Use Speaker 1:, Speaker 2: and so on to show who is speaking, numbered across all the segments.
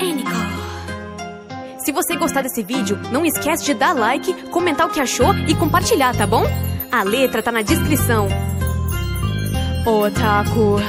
Speaker 1: É, Nicole. Se você gostar desse vídeo, não esquece de dar like, comentar o que achou e compartilhar, tá bom? A letra tá na descrição. Otaku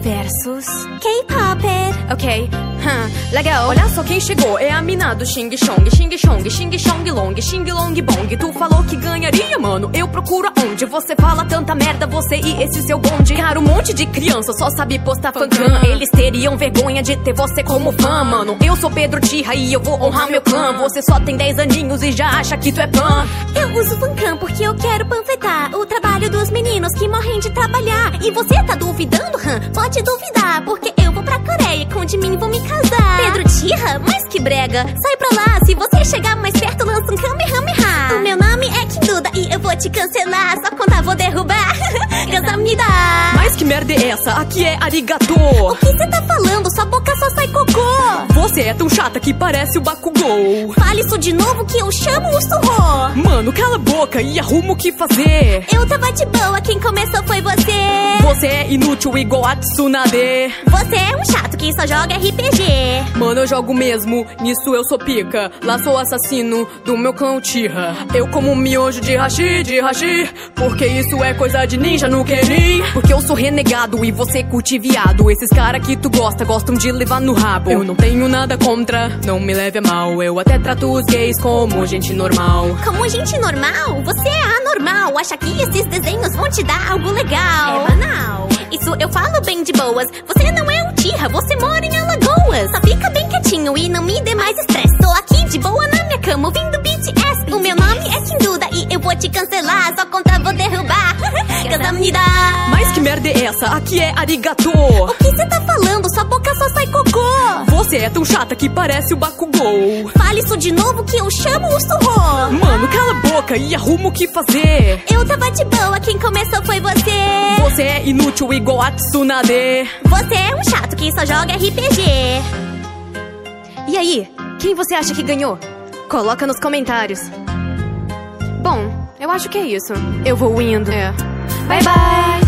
Speaker 1: versus K-Popper. Ok, hum, legal. Olha só quem chegou, é a mina do Xing Chong. Xing Chong, Xing Chong Long, Xing Long Bong. Tu falou que ganharia, mano. Eu procuro aonde você fala tanta merda, você e esse seu bonde. Cara, um monte de criança só sabe postar fancam. Eles teriam vergonha de ter você como fã, mano. Eu sou Pedro Tirra e eu vou honrar meu clã. Você só tem 10 aninhos e já acha que tu é pan.
Speaker 2: Eu uso Fancam porque eu quero panfletar o trabalho dos meninos que morrem de trabalhar. E você tá duvidando, Han? Pode duvidar, porque eu vou pra Coreia e com o Jimin vou me casar. Pedro Tirra? Mas que brega. Sai pra lá, se você chegar mais perto, lança um Kamehameha. O meu nome é Kim Duda e eu vou te cancelar. Só contar, vou derrubar. Casamida.
Speaker 1: Mas que merda é essa? Aqui é arigato.
Speaker 2: O que você tá falando? Sua boca só sai cocô.
Speaker 1: Você é tão chata que parece o Bakugou.
Speaker 2: Fale isso de novo que eu chamo o surro.
Speaker 1: Mano, cala a boca e arruma o que fazer.
Speaker 2: Eu tava de boa, quem começou foi você.
Speaker 1: Você é inútil igual a Tsunade.
Speaker 2: Você é um chato que só joga RPG.
Speaker 1: Mano, eu jogo mesmo, nisso eu sou pica. Lá sou assassino do meu clã Tira. Eu como um miojo de hashi, de hashi. Porque isso é coisa de ninja no Kenin. Porque eu sou renegado e você curte viado. Esses cara que tu gosta gostam de levar no rabo. Eu não tenho nada contra, não me leve a mal. Eu até trato os gays como gente normal.
Speaker 2: Como gente normal, você é anormal. Acha que esses desenhos vão te dar algo legal?
Speaker 3: É banal.
Speaker 2: Isso eu falo bem de boas. Você não é um tirra, você mora em Alagoas. Só fica bem quietinho e não me dê mais estresse. Tô aqui de boa na minha cama ouvindo BTS. O meu nome é Kim Duda e eu vou te cancelar. Só contar, vou derrubar. Casamida.
Speaker 1: Mas que merda é essa? Aqui é arigato.
Speaker 2: O que você tá falando? Sua boca só sai cocô.
Speaker 1: Você é tão chata que parece o Bakugou.
Speaker 2: Fale isso de novo que eu chamo o surro.
Speaker 1: Mano, cala a boca e arruma o que fazer.
Speaker 2: Eu tava de boa, quem começou foi você.
Speaker 1: Você é inútil igual a Tsunade.
Speaker 2: Você é um chato que só joga RPG.
Speaker 1: E aí, quem você acha que ganhou? Coloca nos comentários. Bom, eu acho que é isso. Eu vou indo. É. Bye bye!